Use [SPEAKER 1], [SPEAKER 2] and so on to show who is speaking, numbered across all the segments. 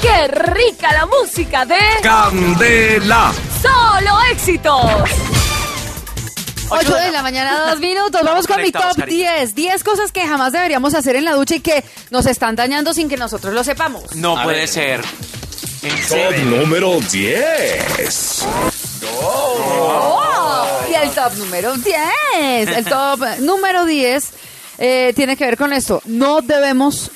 [SPEAKER 1] qué rica la música de
[SPEAKER 2] Candela.
[SPEAKER 1] Solo Éxitos.
[SPEAKER 3] 8 de la mañana, dos minutos. Vamos con mi
[SPEAKER 2] Conectados,
[SPEAKER 3] top
[SPEAKER 2] Karin.
[SPEAKER 3] 10. 10 cosas que jamás deberíamos hacer en la ducha y que nos están dañando sin que nosotros lo sepamos.
[SPEAKER 2] No
[SPEAKER 4] A
[SPEAKER 2] puede
[SPEAKER 4] ver.
[SPEAKER 2] ser. En
[SPEAKER 5] Top
[SPEAKER 2] serio.
[SPEAKER 5] número 10.
[SPEAKER 3] Y el top número 10. El top número 10 eh, tiene que ver con esto. No debemos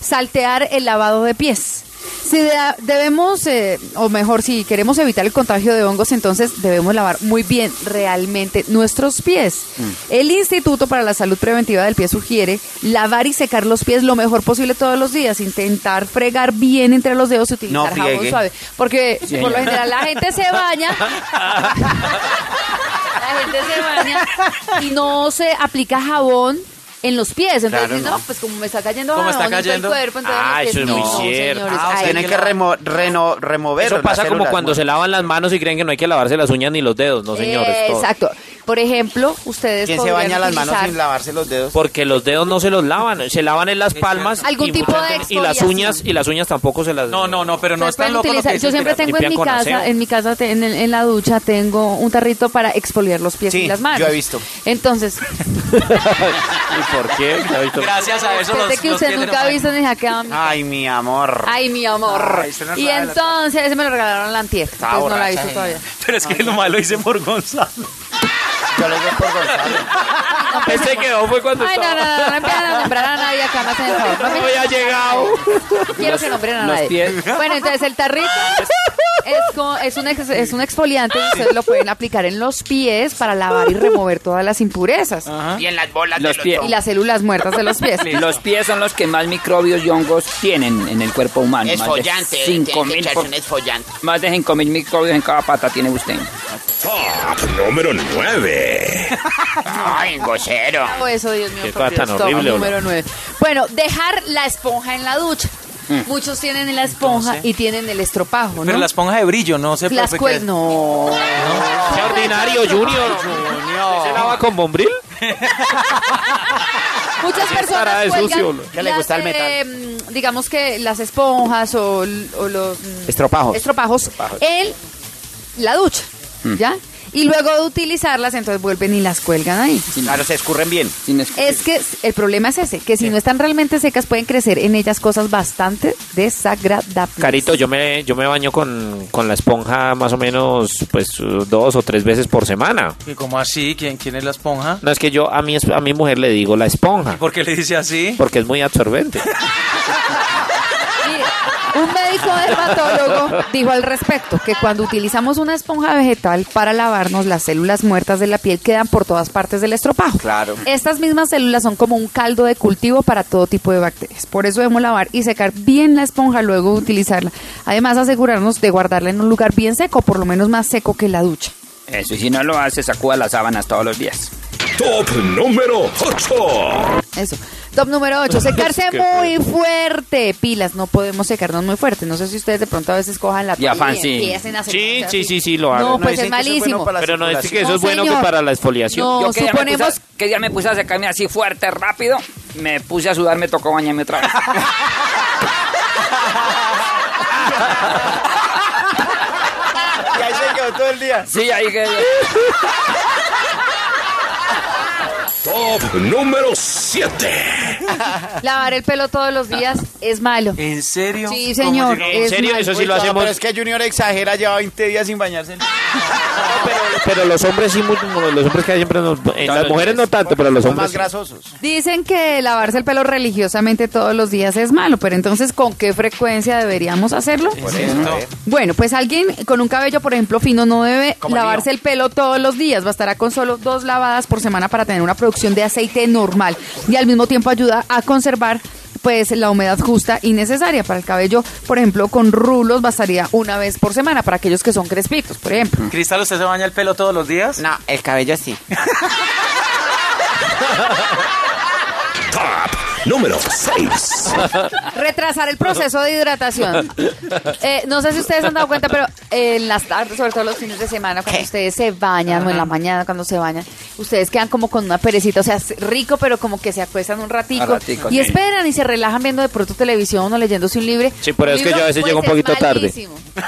[SPEAKER 3] saltear el lavado de pies. Si de- debemos, eh, o mejor, si queremos evitar el contagio de hongos, entonces debemos lavar muy bien realmente nuestros pies.
[SPEAKER 4] Mm.
[SPEAKER 3] El Instituto para la Salud Preventiva del Pie sugiere lavar y secar los pies lo mejor posible todos los días, intentar fregar bien entre los dedos y
[SPEAKER 4] No
[SPEAKER 3] utilizar jabón
[SPEAKER 4] friegue.
[SPEAKER 3] suave. Porque por lo general la gente se baña la gente se baña y no se aplica jabón en los pies. Entonces,
[SPEAKER 4] Claro,
[SPEAKER 3] dicen, no.
[SPEAKER 4] no.
[SPEAKER 3] pues como me está cayendo
[SPEAKER 2] Como
[SPEAKER 3] jabón
[SPEAKER 2] está
[SPEAKER 3] en todo
[SPEAKER 2] cayendo.
[SPEAKER 3] el cuerpo, entonces
[SPEAKER 5] Ah,
[SPEAKER 3] los pies,
[SPEAKER 5] eso es
[SPEAKER 3] no,
[SPEAKER 5] muy cierto.
[SPEAKER 3] señores,
[SPEAKER 2] Ah, o sea,
[SPEAKER 3] hay
[SPEAKER 4] Tienen
[SPEAKER 3] que
[SPEAKER 4] que remo- reno- remover.
[SPEAKER 6] Eso
[SPEAKER 4] las
[SPEAKER 6] pasa como
[SPEAKER 4] células
[SPEAKER 6] cuando se lavan las manos y creen que no hay que lavarse las uñas ni los dedos, no señores.
[SPEAKER 3] Eh,
[SPEAKER 6] todo.
[SPEAKER 3] Exacto. Por ejemplo, ustedes
[SPEAKER 4] ¿Quién se
[SPEAKER 3] podrían
[SPEAKER 4] baña las manos
[SPEAKER 3] utilizar-
[SPEAKER 4] sin lavarse los dedos?
[SPEAKER 6] Porque los dedos no se los lavan, se lavan en las palmas
[SPEAKER 3] Algún
[SPEAKER 6] y,
[SPEAKER 3] tipo
[SPEAKER 6] mucha
[SPEAKER 3] de
[SPEAKER 6] gente- y las
[SPEAKER 3] exfoliación.
[SPEAKER 6] uñas y las uñas tampoco se las
[SPEAKER 2] No, no, no, pero no
[SPEAKER 3] Ustedes
[SPEAKER 2] es tan
[SPEAKER 3] pueden
[SPEAKER 2] loco lo que
[SPEAKER 3] utilizar- Yo
[SPEAKER 2] dices,
[SPEAKER 3] siempre
[SPEAKER 2] Pilar.
[SPEAKER 3] tengo en
[SPEAKER 6] Limpian
[SPEAKER 3] mi
[SPEAKER 6] con
[SPEAKER 3] casa,
[SPEAKER 6] aseo.
[SPEAKER 3] en mi casa, te- en, el- en la ducha, tengo un tarrito para exfoliar los pies
[SPEAKER 4] Sí,
[SPEAKER 3] y las manos.
[SPEAKER 4] yo he visto.
[SPEAKER 3] Entonces,
[SPEAKER 6] ¿Y por qué? Ya he visto-
[SPEAKER 2] Gracias a eso los,
[SPEAKER 3] desde que
[SPEAKER 2] los
[SPEAKER 3] usted
[SPEAKER 2] pies de
[SPEAKER 3] nunca ha
[SPEAKER 2] los-
[SPEAKER 3] visto ni ha quedado en mi
[SPEAKER 4] Ay, mi amor.
[SPEAKER 3] Ay, mi amor.
[SPEAKER 4] Ah, Ay, se nos
[SPEAKER 3] y
[SPEAKER 4] va de la
[SPEAKER 3] entonces, ese me lo regalaron la antier. Pues no la he
[SPEAKER 4] borracha,
[SPEAKER 3] visto
[SPEAKER 4] eh.
[SPEAKER 3] todavía.
[SPEAKER 2] Pero es que lo malo hice por Gonzalo.
[SPEAKER 4] Yo lo digo por Gonzalo.
[SPEAKER 6] Ese quedó fue cuando
[SPEAKER 3] Ay, no, no,
[SPEAKER 6] estaba.
[SPEAKER 3] no, no, no empiezan a nombrar a nadie acá más en el favor. No
[SPEAKER 6] No
[SPEAKER 3] me-
[SPEAKER 6] había llegado.
[SPEAKER 3] quiero que nombren a
[SPEAKER 6] los
[SPEAKER 3] nadie.
[SPEAKER 6] pies.
[SPEAKER 3] Bueno, entonces el tarrito es, co- es, un, ex- es un exfoliante y ustedes lo pueden aplicar en los pies para lavar y remover todas las impurezas
[SPEAKER 4] Y en las bolas
[SPEAKER 7] Los pies.
[SPEAKER 3] y las células muertas de los pies.
[SPEAKER 7] Los pies son los que más microbios y hongos tienen en el cuerpo humano.
[SPEAKER 8] Es
[SPEAKER 7] Más de
[SPEAKER 8] follante, tiene que
[SPEAKER 7] 5.000
[SPEAKER 8] echarse
[SPEAKER 7] por-
[SPEAKER 8] un esfollante.
[SPEAKER 7] Más de 5.000 microbios en cada pata tiene usted.
[SPEAKER 5] Top número 9.
[SPEAKER 8] Ay, gocero.
[SPEAKER 3] Oh, eso, Dios mío.
[SPEAKER 6] Qué
[SPEAKER 3] por
[SPEAKER 6] cosa tan
[SPEAKER 3] Dios. Top
[SPEAKER 6] horrible, ¿o no?
[SPEAKER 3] número nueve. Bueno, dejar la esponja en la ducha.
[SPEAKER 6] Mm.
[SPEAKER 3] Muchos tienen la esponja y tienen el estropajo, ¿no?
[SPEAKER 2] Pero la esponja de brillo, no sé
[SPEAKER 3] Las
[SPEAKER 2] por
[SPEAKER 3] cuel- No.
[SPEAKER 6] Sea ordinario, Junior. ¿Se lava con bombril?
[SPEAKER 3] Muchas
[SPEAKER 6] estará
[SPEAKER 3] personas
[SPEAKER 6] de
[SPEAKER 3] cuelgan
[SPEAKER 6] sucio, ¿no?
[SPEAKER 3] las,
[SPEAKER 4] Ya le gusta el
[SPEAKER 3] eh, mm, digamos que las esponjas o, l- o los mm,
[SPEAKER 4] Estropajos.
[SPEAKER 3] estropajos en la ducha,
[SPEAKER 6] Hmm.
[SPEAKER 3] ¿ya? Y luego de utilizarlas, entonces vuelven y las cuelgan ahí.
[SPEAKER 4] Claro, se escurren bien.
[SPEAKER 7] Sin escu-
[SPEAKER 3] Es que s- el problema es ese, que si no están realmente secas pueden crecer en ellas cosas bastante desagradables.
[SPEAKER 6] Carito, yo me, yo me baño con, con la esponja más o menos pues dos o tres veces por semana.
[SPEAKER 2] qué. ¿Cómo así? ¿Quién, ¿Quién es la esponja?
[SPEAKER 6] No es que yo a mi, es- a mi mujer le digo la esponja,
[SPEAKER 2] ¿Por qué le dice así?
[SPEAKER 6] porque es muy absorbente.
[SPEAKER 3] Mire, un médico dermatólogo dijo al respecto que cuando utilizamos una esponja vegetal para lavarnos, las células muertas de la piel quedan por todas partes del estropajo.
[SPEAKER 4] Claro.
[SPEAKER 3] Estas mismas células son como un caldo de cultivo para todo tipo de bacterias. Por eso debemos lavar y secar bien la esponja, luego de utilizarla. Además, asegurarnos de guardarla en un lugar bien seco, por lo menos más seco que la ducha.
[SPEAKER 7] Eso, y si no lo hace, sacuda las sábanas todos los días.
[SPEAKER 5] Top número 8.
[SPEAKER 3] Eso. Top número 8. Secarse muy fuerte. Pilas, no podemos secarnos muy fuerte. No sé si ustedes de pronto a veces cojan la
[SPEAKER 7] Y afán,
[SPEAKER 3] y
[SPEAKER 7] sí.
[SPEAKER 3] empiecen a
[SPEAKER 6] Sí,
[SPEAKER 3] secarse
[SPEAKER 6] sí,
[SPEAKER 3] así.
[SPEAKER 6] sí, sí, lo hago.
[SPEAKER 3] No,
[SPEAKER 6] No
[SPEAKER 3] pues
[SPEAKER 4] dicen
[SPEAKER 3] es
[SPEAKER 4] que eso es bueno
[SPEAKER 3] malísimo.
[SPEAKER 4] para la
[SPEAKER 6] Pero no es que
[SPEAKER 4] circulación.
[SPEAKER 6] eso
[SPEAKER 3] No,
[SPEAKER 6] es bueno que
[SPEAKER 3] señor.
[SPEAKER 6] para la exfoliación.
[SPEAKER 3] No,
[SPEAKER 7] Yo qué día me puse a-
[SPEAKER 3] suponemos-
[SPEAKER 7] ¿Qué día me puse a secarme así fuerte, rápido? Me puse a sudar, me tocó bañarme otra vez.
[SPEAKER 4] Y ahí se quedó todo el día.
[SPEAKER 7] Sí, ahí que...
[SPEAKER 5] Top número 7.
[SPEAKER 3] Lavar el pelo todos los días es malo.
[SPEAKER 2] ¿En serio?
[SPEAKER 3] Sí, señor. Eh,
[SPEAKER 2] ¿Cómo
[SPEAKER 6] En
[SPEAKER 3] es
[SPEAKER 6] serio,
[SPEAKER 3] malo.
[SPEAKER 6] eso sí lo
[SPEAKER 4] No,
[SPEAKER 6] hacemos.
[SPEAKER 4] Pero es que Junior exagera, lleva 20 días sin bañarse.
[SPEAKER 6] Pero los hombres sí, muy- los hombres que siempre nos... eh,
[SPEAKER 7] Todos
[SPEAKER 6] las
[SPEAKER 7] los
[SPEAKER 6] mujeres no
[SPEAKER 7] días.
[SPEAKER 6] tanto, pero los
[SPEAKER 4] Son
[SPEAKER 6] hombres...
[SPEAKER 4] más
[SPEAKER 6] sí.
[SPEAKER 4] grasosos.
[SPEAKER 3] Dicen que lavarse el pelo religiosamente todos los días es malo, pero entonces, ¿con qué frecuencia deberíamos hacerlo?
[SPEAKER 6] Pues
[SPEAKER 2] se dice esto?
[SPEAKER 3] Bueno, pues alguien con un cabello, por ejemplo, fino, no debe lavarse el pelo todos los días. Bastará con solo dos lavadas por semana para tener una producción de aceite normal y al mismo tiempo ayuda a conservar pues la humedad justa y necesaria para el cabello, por ejemplo, con rulos bastaría una vez por semana para aquellos que son crespitos, por ejemplo.
[SPEAKER 2] Cristal, ¿usted se baña el pelo todos los días?
[SPEAKER 4] No, el cabello sí.
[SPEAKER 5] Top número 6.
[SPEAKER 3] Retrasar el proceso de hidratación. Eh, no sé si ustedes han dado cuenta, pero en las tardes, sobre todo los fines de semana, cuando ustedes se bañan o en la mañana cuando se bañan, ustedes quedan como con una perecita, o sea, es rico, pero como que se acuestan un ratico,
[SPEAKER 7] Un ratico,
[SPEAKER 3] y
[SPEAKER 7] sí.
[SPEAKER 3] esperan y se relajan viendo de pronto televisión o leyéndose un libro.
[SPEAKER 6] Sí, pero
[SPEAKER 3] Un
[SPEAKER 6] es que
[SPEAKER 3] libro
[SPEAKER 6] yo a veces
[SPEAKER 3] puede
[SPEAKER 6] llego un
[SPEAKER 3] ser
[SPEAKER 6] poquito tarde.
[SPEAKER 3] malísimo.
[SPEAKER 4] El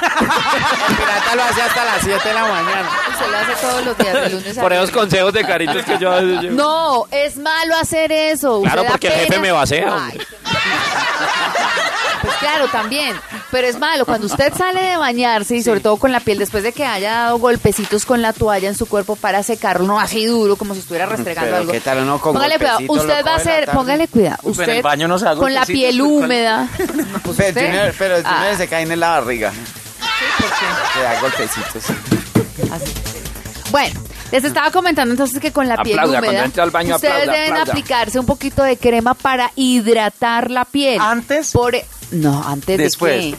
[SPEAKER 4] pirata lo hace hasta las 7 de la mañana.
[SPEAKER 3] Usted lo hace todos los días, de lunes a
[SPEAKER 6] Por esos
[SPEAKER 3] viernes.
[SPEAKER 6] consejos de caritos que yo a veces llevo.
[SPEAKER 3] No, es malo hacer eso.
[SPEAKER 6] Claro,
[SPEAKER 3] Usted
[SPEAKER 6] porque el jefe
[SPEAKER 3] apenas-
[SPEAKER 6] me vacía,
[SPEAKER 3] Ay,
[SPEAKER 6] hombre.
[SPEAKER 3] Pues claro, también. Pero es malo. Cuando usted sale de bañarse y sobre todo con la piel, después de que haya dado golpecitos con la toalla en su cuerpo para secarlo, no así duro, como si estuviera restregando
[SPEAKER 4] Pero
[SPEAKER 3] algo.
[SPEAKER 4] qué tal uno con
[SPEAKER 3] póngale cuidado.
[SPEAKER 4] golpecitos,
[SPEAKER 3] Usted
[SPEAKER 4] lo
[SPEAKER 3] va a
[SPEAKER 4] coge la
[SPEAKER 3] hacer,
[SPEAKER 4] tarde.
[SPEAKER 3] póngale cuidado.
[SPEAKER 2] Uy, pero
[SPEAKER 3] Usted
[SPEAKER 2] en el baño no se da
[SPEAKER 3] con la
[SPEAKER 2] golpecitos,
[SPEAKER 3] piel
[SPEAKER 2] ¿cuál?
[SPEAKER 3] húmeda. No, pues
[SPEAKER 4] Pero
[SPEAKER 3] usted.
[SPEAKER 4] Junior- pero el
[SPEAKER 3] Ah,
[SPEAKER 4] Junior se cae en la barriga. Se da golpecitos.
[SPEAKER 3] así. Bueno. Les estaba comentando entonces que con la piel
[SPEAKER 7] Aplauda, cuando
[SPEAKER 3] húmeda
[SPEAKER 7] entre al baño,
[SPEAKER 3] ustedes
[SPEAKER 7] aplauda,
[SPEAKER 3] deben
[SPEAKER 7] aplauda.
[SPEAKER 3] aplicarse un poquito de crema para hidratar la piel.
[SPEAKER 2] ¿Antes?
[SPEAKER 3] Por, e-, no, antes
[SPEAKER 2] Después.
[SPEAKER 3] de qué.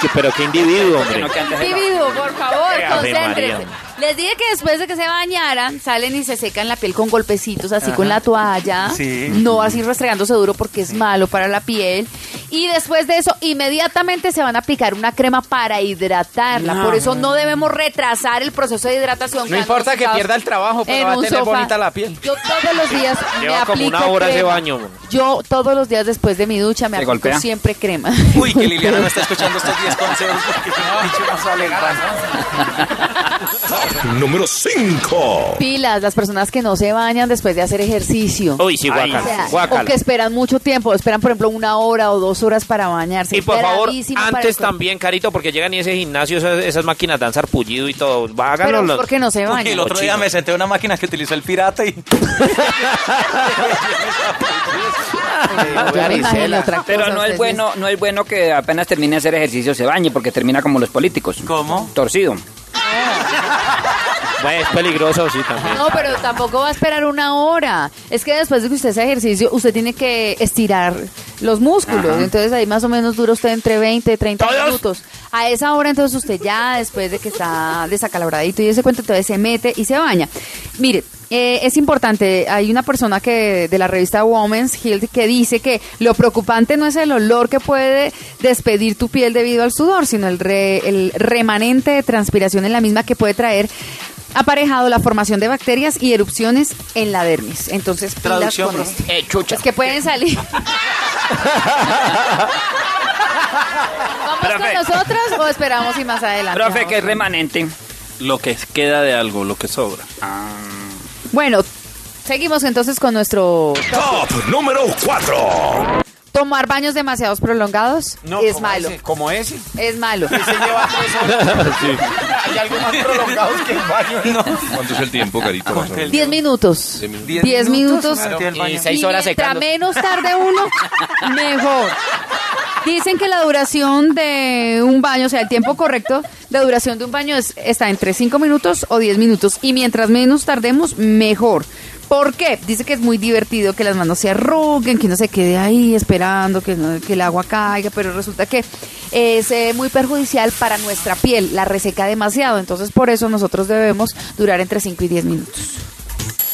[SPEAKER 6] Que- Pero qué individuo,
[SPEAKER 7] Que
[SPEAKER 6] hombre.
[SPEAKER 7] no, que antes era-
[SPEAKER 3] Individuo, por favor,
[SPEAKER 6] Ave
[SPEAKER 3] concéntrense.
[SPEAKER 6] María.
[SPEAKER 3] Les dije que después de que se bañaran, salen y se secan la piel con golpecitos, así con la toalla.
[SPEAKER 2] Sí.
[SPEAKER 3] No así rastreándose duro porque es malo para la piel. Y después de eso, inmediatamente se van a aplicar una crema para hidratarla. Por eso no debemos retrasar el proceso de hidratación.
[SPEAKER 4] No
[SPEAKER 3] quedando
[SPEAKER 4] importa que
[SPEAKER 3] sentados
[SPEAKER 4] pierda el trabajo, pero
[SPEAKER 3] en
[SPEAKER 4] va a
[SPEAKER 3] un
[SPEAKER 4] tener
[SPEAKER 3] sofá.
[SPEAKER 4] bonita la piel.
[SPEAKER 3] Yo todos los días me
[SPEAKER 6] Lleva
[SPEAKER 3] aplico
[SPEAKER 6] como una hora ese
[SPEAKER 3] crema.
[SPEAKER 6] baño, man.
[SPEAKER 3] Yo todos los días después de mi ducha me
[SPEAKER 7] ¿Te
[SPEAKER 3] aplico
[SPEAKER 7] golpea?
[SPEAKER 3] siempre crema.
[SPEAKER 2] Uy, que Liliana no está escuchando estos 10 consejos porque no, bicho, no sale ganas.
[SPEAKER 5] Top número 5.
[SPEAKER 3] Pilas, las personas que no se bañan después de hacer ejercicio.
[SPEAKER 6] Uy, sí,
[SPEAKER 3] O sea,
[SPEAKER 6] guácala.
[SPEAKER 3] o que
[SPEAKER 6] guácala.
[SPEAKER 3] esperan mucho tiempo, esperan por ejemplo una hora o dos horas para bañarse.
[SPEAKER 6] Y por favor,
[SPEAKER 3] Bravísimo para
[SPEAKER 6] antes
[SPEAKER 3] el cuerpo.
[SPEAKER 6] también, Carito, porque llegan y ese gimnasio, esas, esas máquinas dan sarpullido y todo. Va, háganlo.
[SPEAKER 3] Pero
[SPEAKER 6] los-
[SPEAKER 3] porque no se
[SPEAKER 2] Y
[SPEAKER 3] bañan.
[SPEAKER 2] el otro día
[SPEAKER 6] Cochino.
[SPEAKER 2] me senté en una máquina que utilizó el pirata y
[SPEAKER 3] Ya me imagino otra
[SPEAKER 7] Pero
[SPEAKER 3] cosa,
[SPEAKER 7] no
[SPEAKER 3] ustedes
[SPEAKER 7] es bueno, no es bueno que apenas termine de hacer ejercicio se bañe porque termina como los políticos.
[SPEAKER 2] ¿Cómo?
[SPEAKER 7] Torcido.
[SPEAKER 6] Bueno, es peligroso, sí, también.
[SPEAKER 3] No, pero tampoco va a esperar una hora. Es que después de que usted hace ejercicio, usted tiene que estirar los músculos. Entonces ahí más o menos dura usted entre 20, 30 minutos. A esa hora entonces usted ya, después de que está desacaloradito y ese cuento, entonces se mete y se baña. Mire. eh, es importante, hay una persona que de la revista Women's Health que dice que lo preocupante no es el olor que puede despedir tu piel debido al sudor, sino el, re- el remanente de transpiración en la misma que puede traer aparejado la formación de bacterias y erupciones en la dermis. Entonces, pilas
[SPEAKER 2] Traducción,
[SPEAKER 3] con
[SPEAKER 2] profe.
[SPEAKER 3] esto.
[SPEAKER 7] Eh, chucha.
[SPEAKER 3] Es que pueden salir. ¿Vamos
[SPEAKER 7] Profe.
[SPEAKER 3] con nosotros o esperamos y más adelante?
[SPEAKER 7] Profe,
[SPEAKER 3] Vamos.
[SPEAKER 7] que es remanente.
[SPEAKER 9] Lo que queda de algo, lo que sobra.
[SPEAKER 3] Bueno, seguimos entonces con nuestro
[SPEAKER 5] Top número 4.
[SPEAKER 3] tomar baños demasiados prolongados. es malo.
[SPEAKER 4] Como ese.
[SPEAKER 3] Es malo.
[SPEAKER 4] Hay algo más prolongado que el baño.
[SPEAKER 5] ¿Cuánto es el tiempo, Carito? más o menos?
[SPEAKER 3] 10 minutos. 10 minutos. Eh,
[SPEAKER 2] Sentí el baño.
[SPEAKER 4] seis
[SPEAKER 3] Y
[SPEAKER 4] horas
[SPEAKER 3] mientras
[SPEAKER 4] secando.
[SPEAKER 3] menos tarde uno, mejor. Dicen que la duración de un baño, o sea, el tiempo correcto de duración de un baño es, está entre 5 minutos o 10 minutos. Y mientras menos tardemos, mejor. ¿Por qué? Dice que es muy divertido que las manos se arruguen, que uno se quede ahí esperando que, no- que el agua caiga, pero resulta que es eh, muy perjudicial para nuestra piel, la reseca demasiado. Entonces, por eso nosotros debemos durar entre 5 y 10 minutos.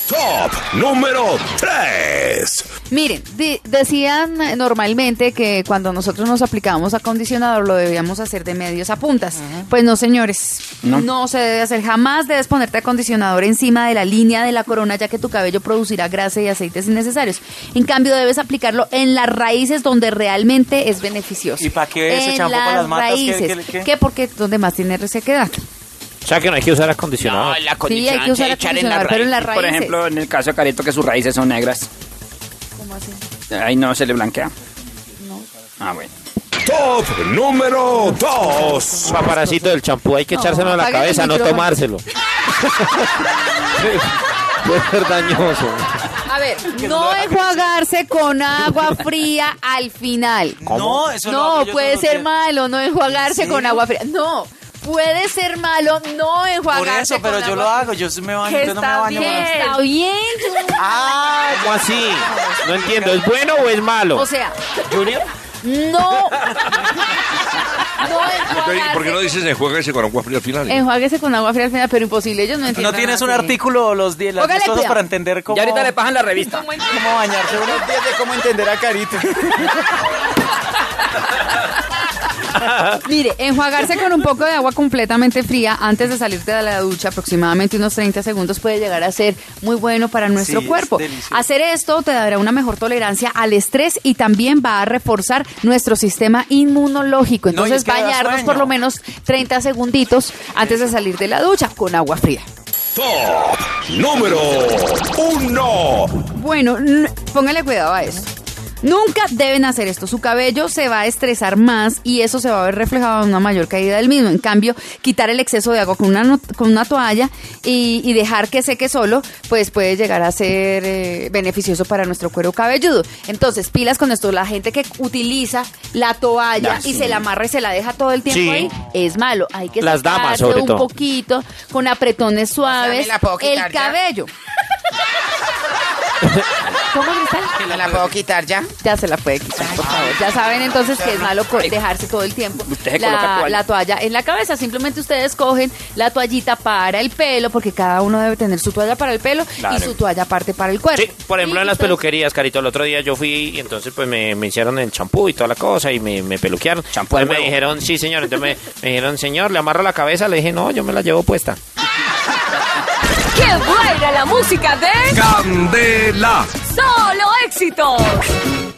[SPEAKER 5] Top número 3.
[SPEAKER 3] Miren, di- decían eh, normalmente que cuando nosotros nos aplicábamos acondicionador lo debíamos hacer de medios a puntas. Pues no, señores. No. se debe hacer. Jamás debes ponerte acondicionador encima de la línea de la corona, ya que tu cabello producirá grasa y aceites innecesarios. En cambio, debes aplicarlo en las raíces donde realmente es beneficioso.
[SPEAKER 2] ¿Y pa' qué ese
[SPEAKER 3] En
[SPEAKER 2] champú para las matas? ¿Qué-
[SPEAKER 3] raíces.
[SPEAKER 2] qué- qué?
[SPEAKER 3] ¿Qué? Porque es donde más tiene resequedad.
[SPEAKER 6] O sea que no hay que usar acondicionado.
[SPEAKER 8] la
[SPEAKER 3] Sí, hay
[SPEAKER 8] condición
[SPEAKER 3] que usar
[SPEAKER 8] de echar en la
[SPEAKER 3] acondicionador, pero en las raíces.
[SPEAKER 7] Ah, Por ejemplo, en el caso de Carito, que sus raíces son negras.
[SPEAKER 3] ¿Cómo así?
[SPEAKER 7] Ahí no se le blanquea. Ah, bueno.
[SPEAKER 5] Top número 2.
[SPEAKER 6] Paparacito del champú, hay que
[SPEAKER 3] No,
[SPEAKER 6] echárselo a la
[SPEAKER 3] apaguen el
[SPEAKER 6] cabeza, no
[SPEAKER 3] micrófono.
[SPEAKER 6] tomárselo. Puede ser dañoso.
[SPEAKER 3] A ver, no enjuagarse con agua fría al final.
[SPEAKER 2] No, eso lo hago
[SPEAKER 3] No,
[SPEAKER 2] yo
[SPEAKER 3] puede
[SPEAKER 2] todos los
[SPEAKER 3] ser
[SPEAKER 2] días.
[SPEAKER 3] malo no enjuagarse con agua fría. No, puede ser malo no
[SPEAKER 2] Por
[SPEAKER 3] enjuagarse
[SPEAKER 2] eso, pero
[SPEAKER 3] con
[SPEAKER 2] yo lo
[SPEAKER 3] agua
[SPEAKER 2] hago, yo sí me baño, yo no me baño
[SPEAKER 3] fría.
[SPEAKER 2] más.
[SPEAKER 3] Está bien.
[SPEAKER 7] Ah,
[SPEAKER 6] ¿Cómo así? No entiendo, ¿es bueno o es malo?
[SPEAKER 3] O sea, no. No enjuagarse.
[SPEAKER 5] ¿Por qué no dices enjuáguese con agua fría al final?
[SPEAKER 3] Enjuáguese con agua fría al final, pero imposible, ellos no entienden.
[SPEAKER 2] ¿No tienes un
[SPEAKER 3] así.
[SPEAKER 2] artículo o los 10 las
[SPEAKER 3] Póngale
[SPEAKER 2] diez cosas
[SPEAKER 3] cuidado.
[SPEAKER 2] para entender cómo,
[SPEAKER 7] Ya ahorita le pasan la revista.
[SPEAKER 2] cómo bañarse uno?
[SPEAKER 4] Unos días de cómo entender a Carito.
[SPEAKER 3] Mire, enjuagarse con un poco de agua completamente fría antes de salirte de la ducha, aproximadamente unos 30 segundos, puede llegar a ser muy bueno para nuestro
[SPEAKER 2] Sí, es
[SPEAKER 3] cuerpo.
[SPEAKER 2] delicioso.
[SPEAKER 3] Hacer esto te dará una mejor tolerancia al estrés y también va a reforzar nuestro sistema inmunológico.
[SPEAKER 2] No, y
[SPEAKER 3] Entonces,
[SPEAKER 2] es que da
[SPEAKER 3] bañarnos
[SPEAKER 2] sueño.
[SPEAKER 3] por lo menos 30 segunditos antes de salir de la ducha con agua fría.
[SPEAKER 5] Top número uno.
[SPEAKER 3] Bueno, n- póngale cuidado a esto. Nunca deben hacer esto. Su cabello se va a estresar más y eso se va a ver reflejado en una mayor caída del mismo. En cambio, quitar el exceso de agua con una, no- con una toalla y, y dejar que seque solo, pues puede llegar a ser eh, beneficioso para nuestro cuero cabelludo. Entonces, pilas con esto. La gente que utiliza la toalla y se la amarra y se la deja todo el tiempo
[SPEAKER 6] Sí.
[SPEAKER 3] ahí, es malo. Hay que
[SPEAKER 6] Las damas,
[SPEAKER 3] sacarse
[SPEAKER 6] sobre
[SPEAKER 3] un
[SPEAKER 6] todo.
[SPEAKER 3] poquito con apretones suaves
[SPEAKER 8] la puedo quitar
[SPEAKER 3] el
[SPEAKER 8] ya?
[SPEAKER 3] cabello. ¿Cómo, Cristal?
[SPEAKER 8] ¿Me la puedo quitar ya?
[SPEAKER 3] Ya se la puede quitar, por favor. Ya saben entonces que es malo co- dejarse todo el tiempo
[SPEAKER 7] Usted se coloca
[SPEAKER 3] la,
[SPEAKER 7] toalla.
[SPEAKER 3] la toalla en la cabeza. Simplemente ustedes cogen la toallita para el pelo, porque cada uno debe tener su toalla para el pelo y su toalla aparte para el cuerpo.
[SPEAKER 6] Sí, por ejemplo,
[SPEAKER 3] Y
[SPEAKER 6] en las
[SPEAKER 3] ustedes-
[SPEAKER 6] peluquerías, Carito, el otro día yo fui y entonces pues me, me hicieron el champú y toda la cosa y me, me peluquearon.
[SPEAKER 7] Champú de
[SPEAKER 6] Entonces me
[SPEAKER 7] huevo.
[SPEAKER 6] dijeron, sí, señor. Entonces me, me dijeron, señor, le amarro la cabeza. Le dije, no, yo me la llevo puesta.
[SPEAKER 1] ¡Qué buena la música de
[SPEAKER 5] Candela.
[SPEAKER 1] Solo Éxitos!